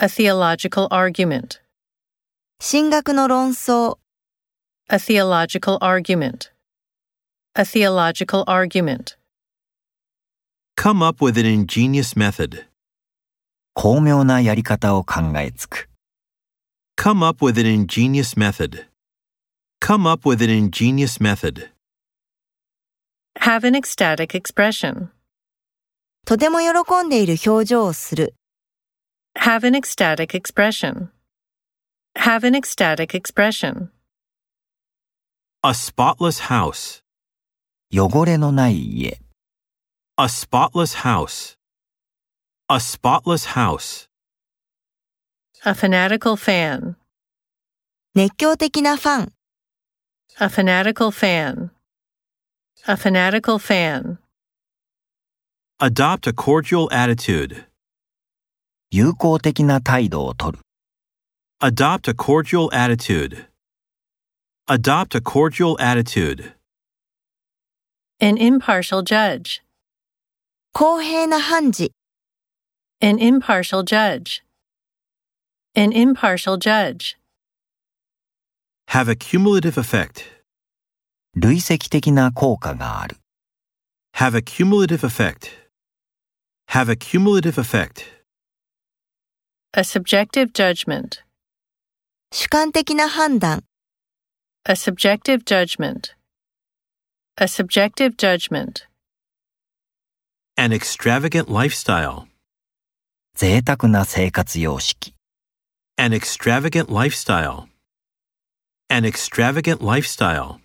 A theological argument. 神学の論争、 A theological argument. A theological argument. Come up with an ingenious method. 巧妙なやり方を考えつく。 Come up with an ingenious method. Come up with an ingenious method. Have an ecstatic expression. とても喜んでいる表情をする。 Have an ecstatic expression. Have an ecstatic expression. A spotless house. 汚れのない家。 A spotless house. A spotless house. A fanatical fan. 熱狂的なファン、 A fanatical fan. A fanatical fan. Adopt a cordial attitude. 友好的な態度をとる。 Adopt a cordial attitude. Adopt a cordial attitude. An impartial judge. 公平な判事、 An impartial judge. An impartial judge. Have a cumulative effect. 累積的な効果がある。 Have a cumulative effect. Have a cumulative effect. A subjective judgment. 主観的な判断、 A subjective judgment. A subjective judgment. An extravagant lifestyle. 贅沢な生活様式。 An extravagant lifestyle. An extravagant lifestyle.